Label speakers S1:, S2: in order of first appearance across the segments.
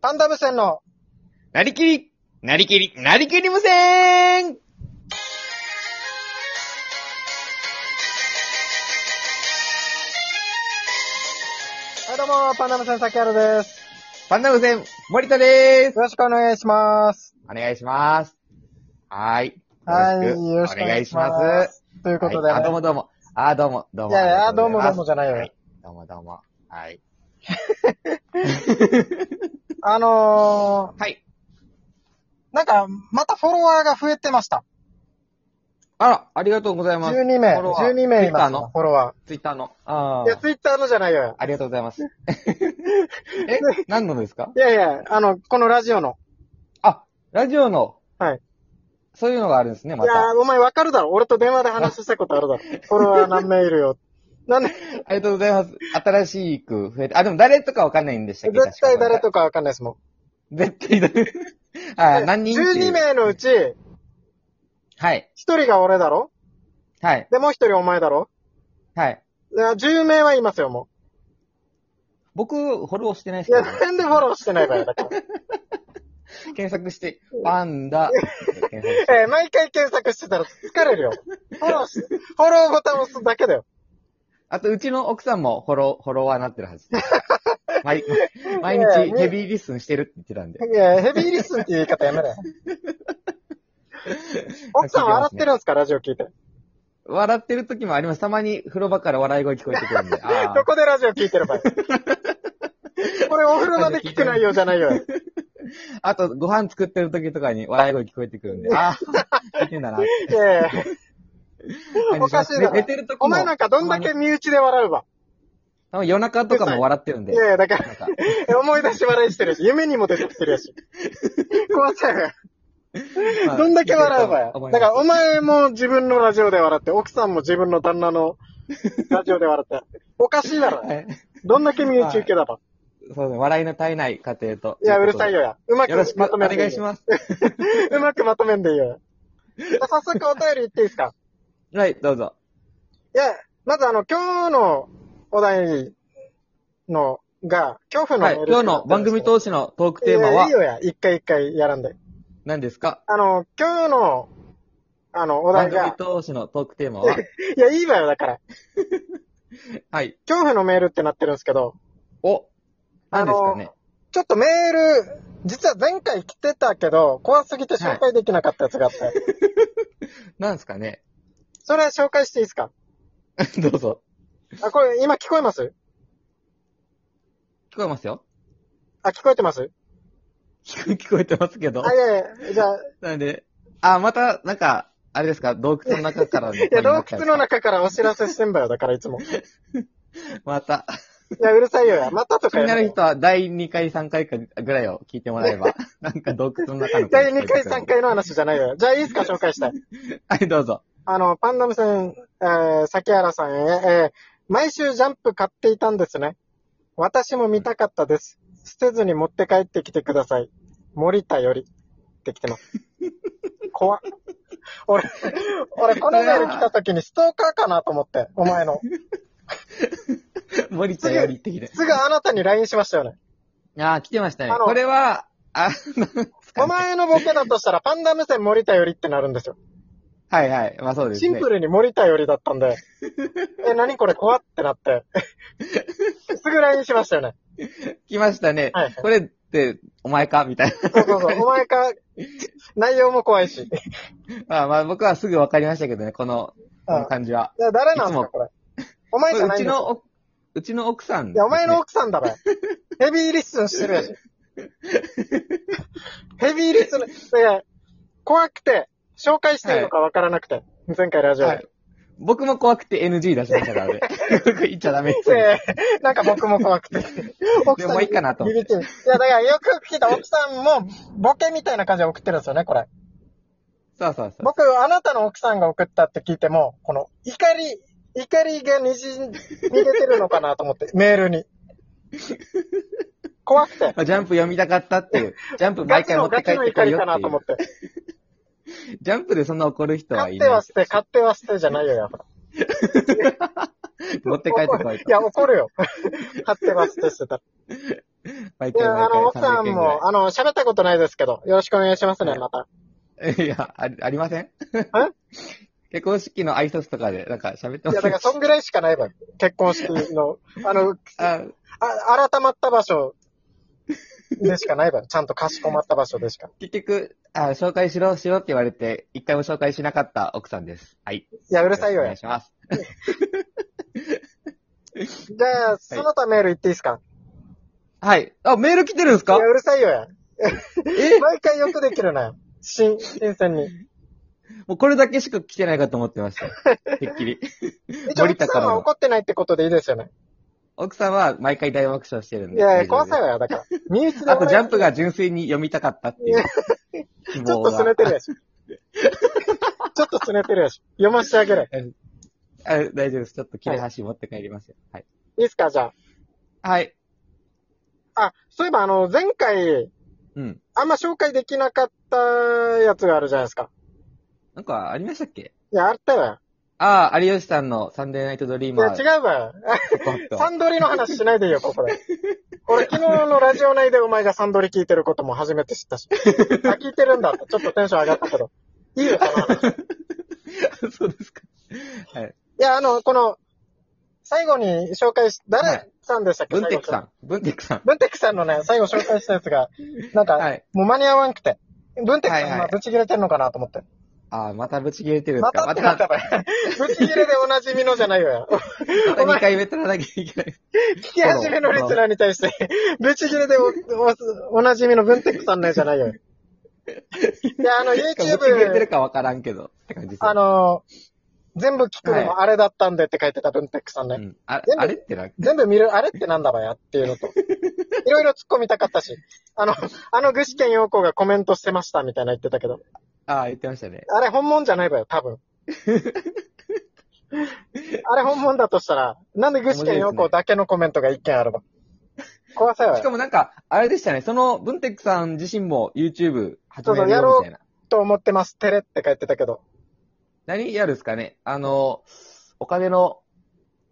S1: パンダ無線の、
S2: なりきりなりきりなりきり無線
S1: はいどうも、パンダ無線崎原です。
S2: パンダ無線、森田でーす
S1: よろしくお願いします。
S2: お願いします。はーい。
S1: はい、
S2: よ
S1: よ
S2: ろ
S1: ろ
S2: し
S1: し
S2: く
S1: く
S2: お
S1: お
S2: 願
S1: 願
S2: い
S1: い
S2: し
S1: し
S2: ます。
S1: ます。ということで、
S2: はいあ、どうもどうも。あ、どうも、どうも。
S1: いやいや
S2: ありがとござ
S1: どうもどうもじゃないよ
S2: はい。どうもどうも。はい。
S1: あの
S2: はい。
S1: ー、なんか、またフォロワーが増えてました。
S2: あら、ありがとうございます。
S1: 12
S2: フ
S1: 名、
S2: ォロワー
S1: 12名います
S2: Twitter の
S1: フォロワ
S2: ツイッターの。あ
S1: ー。いや、
S2: あ。
S1: ツイッターのじゃないよ。
S2: ありがとうござ います。え、何のですか
S1: いやいや、あの、このラジオの。
S2: あ、ラジオの。
S1: はい。
S2: そういうのがあるんですね、
S1: い
S2: また。
S1: やー、お前わかるだろ。俺と電話で話したことある だろ。フォロワー何名いるよ。なんで、
S2: ありがとうございます。新しく増えて、あ、でも誰とかわかんないんでしたっけ
S1: 絶対誰
S2: 確か
S1: とかわかんないですもん。
S2: 絶対誰。 あ、何人ってい
S1: 12
S2: う
S1: 名のうち、1
S2: はい。
S1: 人が俺だろ
S2: はい。
S1: で、もう1人お前だろ
S2: はい。
S1: いや10名はいますよ、も
S2: 僕、フォローしてないで
S1: う。いや、
S2: すけ
S1: なんでフォローしてないかよ。だから
S2: ど、検索して、パンダ、検索して
S1: えー毎回検索してたら疲れるよ。フォローし、フォローボタン押すだけだよ。
S2: あと、うちの奥さんもフォロー、フォロワーなってる はず。毎毎
S1: い
S2: 日
S1: や
S2: ヘビーリスンしてるって言ってたんで。
S1: いや、ヘビーリスンっていう言い方やめろ よ。奥さん笑ってるんですか、ラジオ聞いて。
S2: 笑ってる時もあります。たまに風呂場から笑い声聞こえてくるんで。あ
S1: どこでラジオ聞いてる場合。 これお風呂場で聞く内容じゃないよ。
S2: あ。あと、ご飯作ってる時とかに笑い声聞こえてくるんで。ああ、聞いてんだなっ
S1: い
S2: て
S1: や いや
S2: 感じし ま
S1: おかしい
S2: す。
S1: だ
S2: 寝
S1: ろ
S2: 寝てる時も。
S1: お前なんかどんだけ身内で笑うわ。
S2: 多分夜中とかも笑ってるん
S1: い
S2: で。
S1: やいや、だか
S2: なん
S1: ら、
S2: か、
S1: 思い出し笑いしてるし、夢にも出てきてる し。怖さよ。
S2: まあ
S1: どんだけ笑うばよ。
S2: 思
S1: だ
S2: います
S1: から、お前も自分のラジオで笑って、奥さんも自分の旦那 のラジオで笑って。おかしいだろ。
S2: はい
S1: どんだけ身内受けだろ。
S2: そうですね。笑いの絶え ない家庭と。
S1: いや、うるさいよや。うまく
S2: よろしく
S1: ま
S2: お
S1: とめんでいいよ。
S2: 願いします。
S1: うまくまとめんでいいよ。早速お便り言っていいですか
S2: はい、どうぞ。
S1: いや、まずあの、今日のお題のが、恐怖の
S2: は
S1: メ
S2: い、
S1: ール
S2: 今日の番組
S1: い
S2: 通しのトークテ
S1: や
S2: ーマ
S1: いいよ
S2: は
S1: や。一回一回やらんで。
S2: 何ですか
S1: あの、今日の、あの、お
S2: 番
S1: 題が、い
S2: 組通しのトークテーマ は
S1: や、いいわよ、だから。
S2: はい。
S1: 恐怖のメールってなってるんですけど、
S2: お、何ですかね
S1: ちょっとメール、実は前回来てたけど、怖すぎて紹介できなかったやつがあって、
S2: 何ですかね
S1: それ紹介していいですか
S2: どうぞ。
S1: あ、これ今聞こえます
S2: 聞こえますよ
S1: あ、聞こえてます
S2: 聞こ聞 こえてますけど
S1: あ、。いやいや、じゃあ、
S2: なんで、あ、また、なんか、あれですか洞窟の中からの声
S1: いや、
S2: にな
S1: 洞
S2: っちゃ
S1: 窟
S2: うんですか
S1: の中からお知らせしてんばよ、だからいつも。い
S2: また。
S1: や、うるさいよや、またと
S2: 気
S1: か
S2: に
S1: や
S2: な
S1: め
S2: る
S1: ろ
S2: 人は第2回、3回かぐらいを聞いてもら えば、なんか洞窟の中の声
S1: 第2回、3。回の話じゃないよ。じゃあいいですか、紹介したい。
S2: はい、どうぞ。
S1: あの、パンダム戦、えー、崎原さんへ、えー、毎週ジャンプ買っていたんですね。私も見たかったです。捨てずに持って帰ってきてください。森田より。ってきて ます。怖っ。俺、俺、このメール来た時にストーカーかなと思って、お前の。
S2: 森田よりってきて。
S1: すぐあなたに LINE しましたよね。
S2: あー来てましたね
S1: あ。の
S2: これは、あ、
S1: お前のボケだとしたら、パンダ無線森田よりってなるんですよ。
S2: はいはい。まあそうです
S1: シ
S2: ね。
S1: ンプルに森田よりだったんで、え、何これ怖ってなって、すぐ LINE しましたよね。
S2: 来ましたね。
S1: はいはい
S2: これって、お前かみたい
S1: そうそうそう。お前か、内容も怖いし。
S2: な。 まあまあ僕はすぐ分かりましたけどね、この、この
S1: あ
S2: 感じは。
S1: 誰なんす
S2: いつも
S1: か、これ。お前じゃ
S2: こ
S1: ない
S2: れう
S1: ん
S2: ち
S1: だよ
S2: のお、うちの奥さん、
S1: いや、お前の奥さ んだろ。ヘビーリスンしてるやし。ヘビーリスン、いや、怖くて、紹介してるのかわからなくて、前回ラジオで。
S2: はい僕も怖くて NG 出しましたから ね。僕言っちゃダメです。
S1: で、なんか僕も怖く て。奥
S2: で
S1: さん
S2: も
S1: に
S2: いいかなと思
S1: ビビ
S2: っ
S1: ってる。いや、だからよく聞いた奥さんも、ボケみたいな感じで送ってるんですよね、これ。
S2: そうそうそう。
S1: 僕、あなたの奥さんが送ったって聞いても、この、怒り、怒りがにじ、逃げてるのかなと思って、 メールに。怖くて。
S2: まあジャンプ読みたかったっていう。ジャンプ
S1: ガ
S2: 毎
S1: チ
S2: 回持
S1: の、
S2: っ
S1: ガ
S2: て帰
S1: チ
S2: っ
S1: の
S2: てく
S1: 怒
S2: る
S1: り
S2: よ
S1: か
S2: っ
S1: な
S2: て
S1: と
S2: い
S1: 思
S2: う
S1: っ。て。
S2: ジャンプでそんな怒る人は
S1: 買
S2: い
S1: って
S2: ない
S1: は
S2: です
S1: 捨。て、買っては捨てじゃないよ、やっぱ。
S2: 持って帰ってこい
S1: いや、怒るよ。買っては捨てしてたら。
S2: 毎
S1: い
S2: 回
S1: や、あの、
S2: 毎
S1: 奥
S2: 回
S1: さ
S2: 300
S1: ん
S2: 円ぐら
S1: も、あの、喋ったことないですけど、よろしくお願いしますね、また。
S2: い。いや、ありありません 結婚式の挨拶とかで、なんか喋って
S1: い
S2: ま
S1: や、だ
S2: す
S1: から、そんぐらいしかないわよ。結婚式の、あの、
S2: あ
S1: あ、改まった場所でしかないわよ。ちゃんとかしこまった場所でしか。
S2: 結局あ、紹介しろ、しろって言われて、一回も紹介しなかった奥さんです。はい。
S1: いや、う
S2: う
S1: るさいよ
S2: お願い。します。
S1: じゃあ、その他メール言っていいですか
S2: はい。あ、メール来てるんです
S1: いや、
S2: か
S1: うるさいよや。
S2: え
S1: 毎回よくできるなよ。新、新鮮に。
S2: もうこれだけしか来てないかと思ってま した。てっきり。
S1: 一応、
S2: 森
S1: 奥
S2: 田
S1: さ
S2: か
S1: ん
S2: ら
S1: は
S2: の
S1: 怒ってないってことでいいですよね。
S2: 奥さんは毎回大爆笑してるん
S1: い
S2: で。
S1: や、
S2: 大丈夫
S1: 怖
S2: です
S1: さよや、だから。身内で
S2: あとジャンプ
S1: が。
S2: が純粋に読みたかったっていう。希
S1: ちょっ
S2: 望
S1: と
S2: が
S1: 拗ねてるやし。 ちょっと拗ねてるやし。読ましてあげる。
S2: あ大丈夫です。ちょっと切れ端持って帰りますよ。はい。
S1: いいっすか、じゃあ。
S2: はい。
S1: あ、そういえばあの、前回、
S2: うん。
S1: あんま紹介できなかったやつがあるじゃないですか。
S2: なんかありましたっけ
S1: いや、あったわよ。
S2: ああ、有吉さんのサンデーナイトドリー
S1: い
S2: マ
S1: や、
S2: ー。
S1: 違うわよ。
S2: ちょっと待って
S1: サンドリの話しないでいいよ、ここで。俺、昨日のラジオ内でお前がサンドリ聞いてることも初めて知ったし。あ、聞いてるんだって。ちょっとテンション上がったけど。いいよ、この話。い
S2: そうですか。はい。
S1: や、あの、この、最後に紹介し、
S2: は
S1: 誰
S2: い
S1: さんでしたっけ、
S2: ブンテックさ
S1: ん。
S2: ん。ブンテックさん。
S1: ブンテックさんのね、最後紹介したやつが、なんか、
S2: はい。
S1: もう間に合わんくて。ブンテックさん
S2: はい
S1: 今
S2: はい
S1: ぶち切れてんのかなと思って。
S2: ああ、またブチ切れてるんです
S1: ま
S2: か
S1: たってなったからぶち切れでおなじみのじゃないよ。
S2: また2回目取らなきゃいけない。
S1: 聞き始めのリスナーに対して、ぶち切れでおおおなじみのブンテックさんのやつじゃないよ。いや、あの、
S2: ブチ切れてる
S1: YouTube、
S2: かわからんけど。って感じですよ。
S1: あの、全部聞くの
S2: は
S1: もあれだったんでって書いてたブンテックさんね。
S2: うん。あ
S1: 全部
S2: あれってな、
S1: 全部見る、あれってなんだばやっていう のと。いろいろ突っ込みたかったし、あの、あの具志堅陽子がコメントしてましたみたいな言ってたけど、
S2: ああ、言ってましたね。
S1: あれ本物じゃないばよ、多 分。あれ本物だとしたら、なんで具志堅陽子だけのコメントが一件あれば。怖さよ
S2: し。かもなんか、あれでしたね。その、ブンテックさん自身も YouTube 始
S1: そ
S2: め
S1: うそう
S2: る
S1: やろ
S2: よ
S1: う
S2: みたいな。
S1: と思ってます。テレって書いてたけど。
S2: 何やるんですかねあの、お金の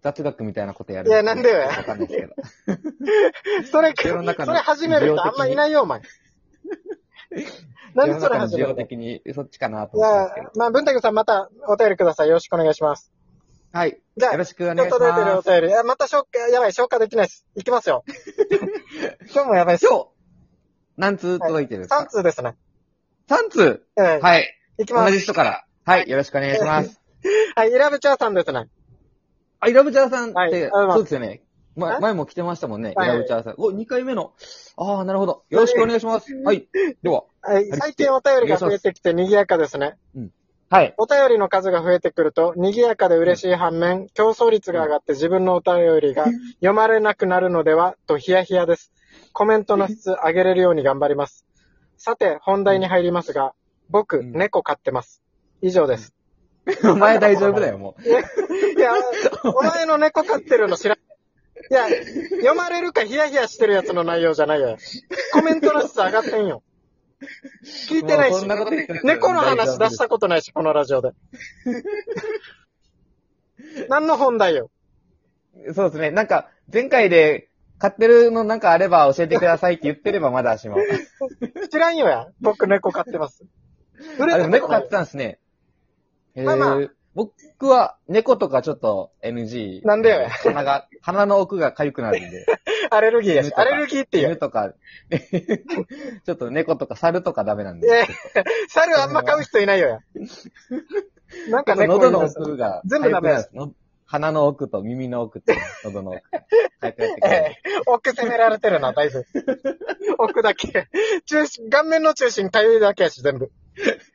S2: 雑学みたいなことやる。
S1: いやなんでよ
S2: わかんないですけど。
S1: それ、そ
S2: 世の中の
S1: れ始める人あんまいないよ、お前。 なんでそれ
S2: 世の中の
S1: 始
S2: 需
S1: め
S2: 要
S1: るのい
S2: 的にそっちかなと思ってますけ
S1: や、まあ、文太君さんまたお便りください。よろしくお願いします。
S2: ど。はい。
S1: じゃあ
S2: よろしくお
S1: 今
S2: 願
S1: 日
S2: いし
S1: 届いてる
S2: ま
S1: お
S2: す。
S1: 便り。いや、また消化、やばい、消化できないです。いきます よ。今日もやばいです。
S2: 今日、何通届いてるんです
S1: 3
S2: か、
S1: 通ですね。
S2: 三 ?3 通
S1: ええ
S2: はい。
S1: いきま
S2: 同
S1: す。
S2: じ人から。はい。よろしくお願いします。
S1: はい、イラブチャーさんですね。
S2: あ、イラブチャーさんって、
S1: はいありがとうございます
S2: そうですよね。
S1: え
S2: ま、前も来てましたもんね。イ
S1: はい
S2: ラブチャーさん。お、2回目の。ああ、なるほど。よろしくお願いします。はい。では。
S1: はい、最近お便りが増えてきて賑やかですね。
S2: はい。
S1: お便りの数が増えてくると、賑やかで嬉しい反面、競争率が上がって自分のお便りが読まれなくなるのでは、とヒヤヒヤです。コメントの質上げれるように頑張ります。さて、本題に入りますが、僕、
S2: うん
S1: 猫飼ってます。以上です。
S2: お 前大丈夫だよ、もう。
S1: いや、お前の猫飼ってるの知らん。いや、読まれるかヒヤヒヤしてるやつの内容じゃないよ。コメントの質上がってんよ。聞いてない
S2: もう
S1: し
S2: そん、なこと言ってな い
S1: 猫の話出したことないし、このラジオ で。何の本題よ。
S2: そうですね。なんか、前回で、買ってるのなんかあれば教えてくださいって言ってればまだしも。
S1: 知らんよや。僕猫飼ってます。売
S2: あ、でも
S1: れて
S2: 猫
S1: こな
S2: 飼っ
S1: い
S2: てたんですね。へ
S1: まあまあ
S2: ー僕は猫とかちょっと NG。
S1: なんでよ
S2: 鼻が、鼻の奥が痒くなるんで。
S1: アレルギーやし
S2: 犬。とか
S1: アレルギーって言
S2: 犬
S1: う。
S2: とか、 ちょっと猫とか猿とかダメなん
S1: い
S2: で。
S1: や猿あんま飼う人いないよや。なんか猫
S2: 喉の
S1: い
S2: 奥が
S1: 全部ダメです
S2: 痒くなるんです。鼻の奥と耳の奥と喉の奥が痒くなってくるんで。
S1: ええ奥攻められてるな、だいぶ。奥だけ。中心、顔面の中心、かゆいだけやし、全部。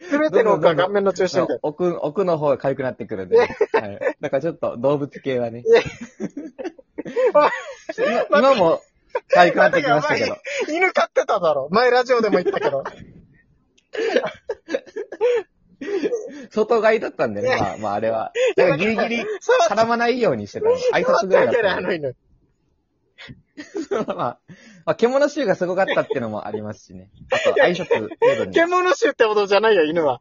S1: すべての奥は顔面の中心で。
S2: 奥、奥の方が痒くなってくるんで。はい。だからちょっと動物系はね。今 今も痒くなってきましたけど。
S1: 犬飼ってただろ。前ラジオでも言ったけど。
S2: 外買いだったんでね。まあまああれは。だからギリギリ
S1: 触っ
S2: 絡まないようにしてたの。挨拶ぐ
S1: て
S2: ら
S1: あ
S2: いだ
S1: げる、
S2: った
S1: あ
S2: ん
S1: の
S2: で。
S1: 犬。
S2: まあ、まあ、獣臭がすごかったっていうのもありますしね。あと挨拶程度に。
S1: 獣臭ってほどじゃないよ、 犬は。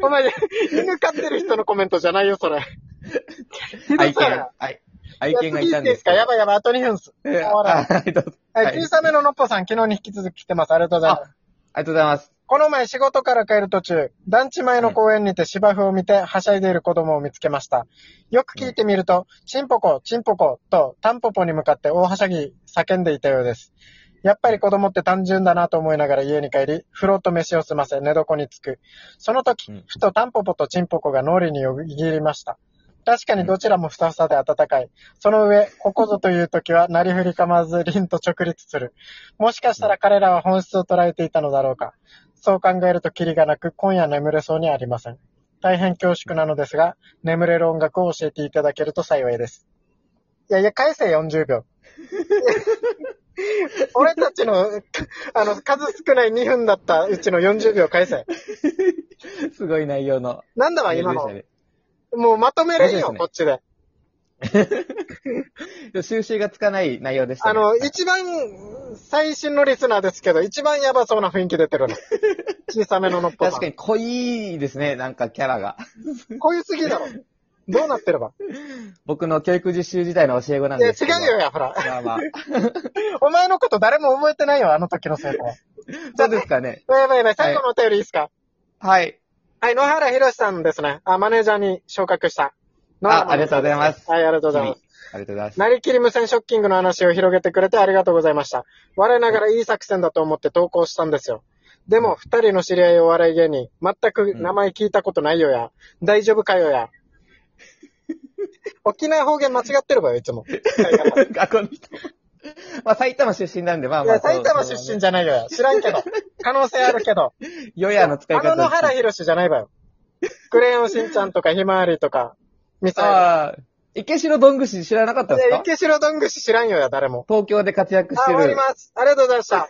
S1: お前、犬飼ってる人のコメントじゃないよ、それ。ひど
S2: 愛
S1: さ
S2: 犬
S1: や。、
S2: 愛、愛犬が
S1: いや次行って
S2: いたん
S1: いい
S2: で
S1: ですすかやばいやばい、あと2分っす。
S2: いや
S1: 終わら
S2: あはいどうぞ
S1: え
S2: はい
S1: 小さめののっぽさん、昨日に引き続き来てます。ありがとうございます。
S2: ありがとうございます。
S1: この前仕事から帰る途中、団地前の公園にて芝生を見てはしゃいでいる子供を見つけました。よく聞いてみると、チンポコ、チンポコとタンポポに向かって大はしゃぎ叫んでいたようです。やっぱり子供って単純だなと思いながら家に帰り、風呂と飯を済ませ寝床に着く。その時
S2: うん、
S1: ふとタンポポとチンポコが脳裏によぎりました。確かにどちらもふさふさで暖かい。その上、ここぞという時はなりふり構わず凛と直立する。もしかしたら彼らは本質を捉えていたのだろうか。そう考えるとキリがなく、今夜眠れそうにありません。大変恐縮なのですが、眠れる音楽を教えていただけると幸いです。いやいや、返せ40秒。 俺たちの、あの、数少ない2分だったうちの40秒返せ。
S2: すごい内容の。
S1: なんだわ、今の。もうまとめれんよ、
S2: 大丈夫ですね
S1: こっちで。
S2: 収集がつかない内容でした、
S1: あ
S2: ね。
S1: の、
S2: はい
S1: 一番、最新のリスナーですけど、一番やばそうな雰囲気出てるの。小さめののっぽさん
S2: 確かに濃いですね、なんかキャラが。
S1: こういうすぎだろ。どうなってれば。
S2: 僕の教育実習時代の教え子なん
S1: いや、
S2: ですけど。
S1: 違うよ、や、ほら。
S2: まあまあ。
S1: お前のこと誰も覚えてないよ、あの時の生徒は。
S2: そうですかね。
S1: やばいやばい、最後のお便りいいですか
S2: はい。
S1: はい、野原博さんですね。あ、マネージャーに昇格した。野原
S2: あ、ありがとうございます。
S1: はい、ありがとうございます。
S2: ありがとうございます。
S1: なりきり無線ショッキングの話を広げてくれてありがとうございました。我ながらいい作戦だと思って投稿したんですよ。でも、二人の知り合いお笑い芸人、全く名前聞いたことないよや、大丈夫かよや。 沖縄方言間違ってるわよ、いつも。
S2: あ、この人。まあ、埼玉出身なんで、まあ
S1: い
S2: まあ。
S1: や、埼玉出身じゃないよや。知らんけど。可能性あるけど。
S2: 身。ヨヤの使い
S1: あ
S2: 方。
S1: の野原博士じゃないわよ。クレヨンしんちゃんとかひまわりとか、ミサ
S2: ああ、池城どんぐし知らなかった
S1: イ
S2: です
S1: ル。いや、
S2: か
S1: 池城どんぐし知らんよや、誰も。
S2: 東京で活躍し
S1: あ、
S2: て
S1: 終
S2: る。
S1: わります。ありがとうございました。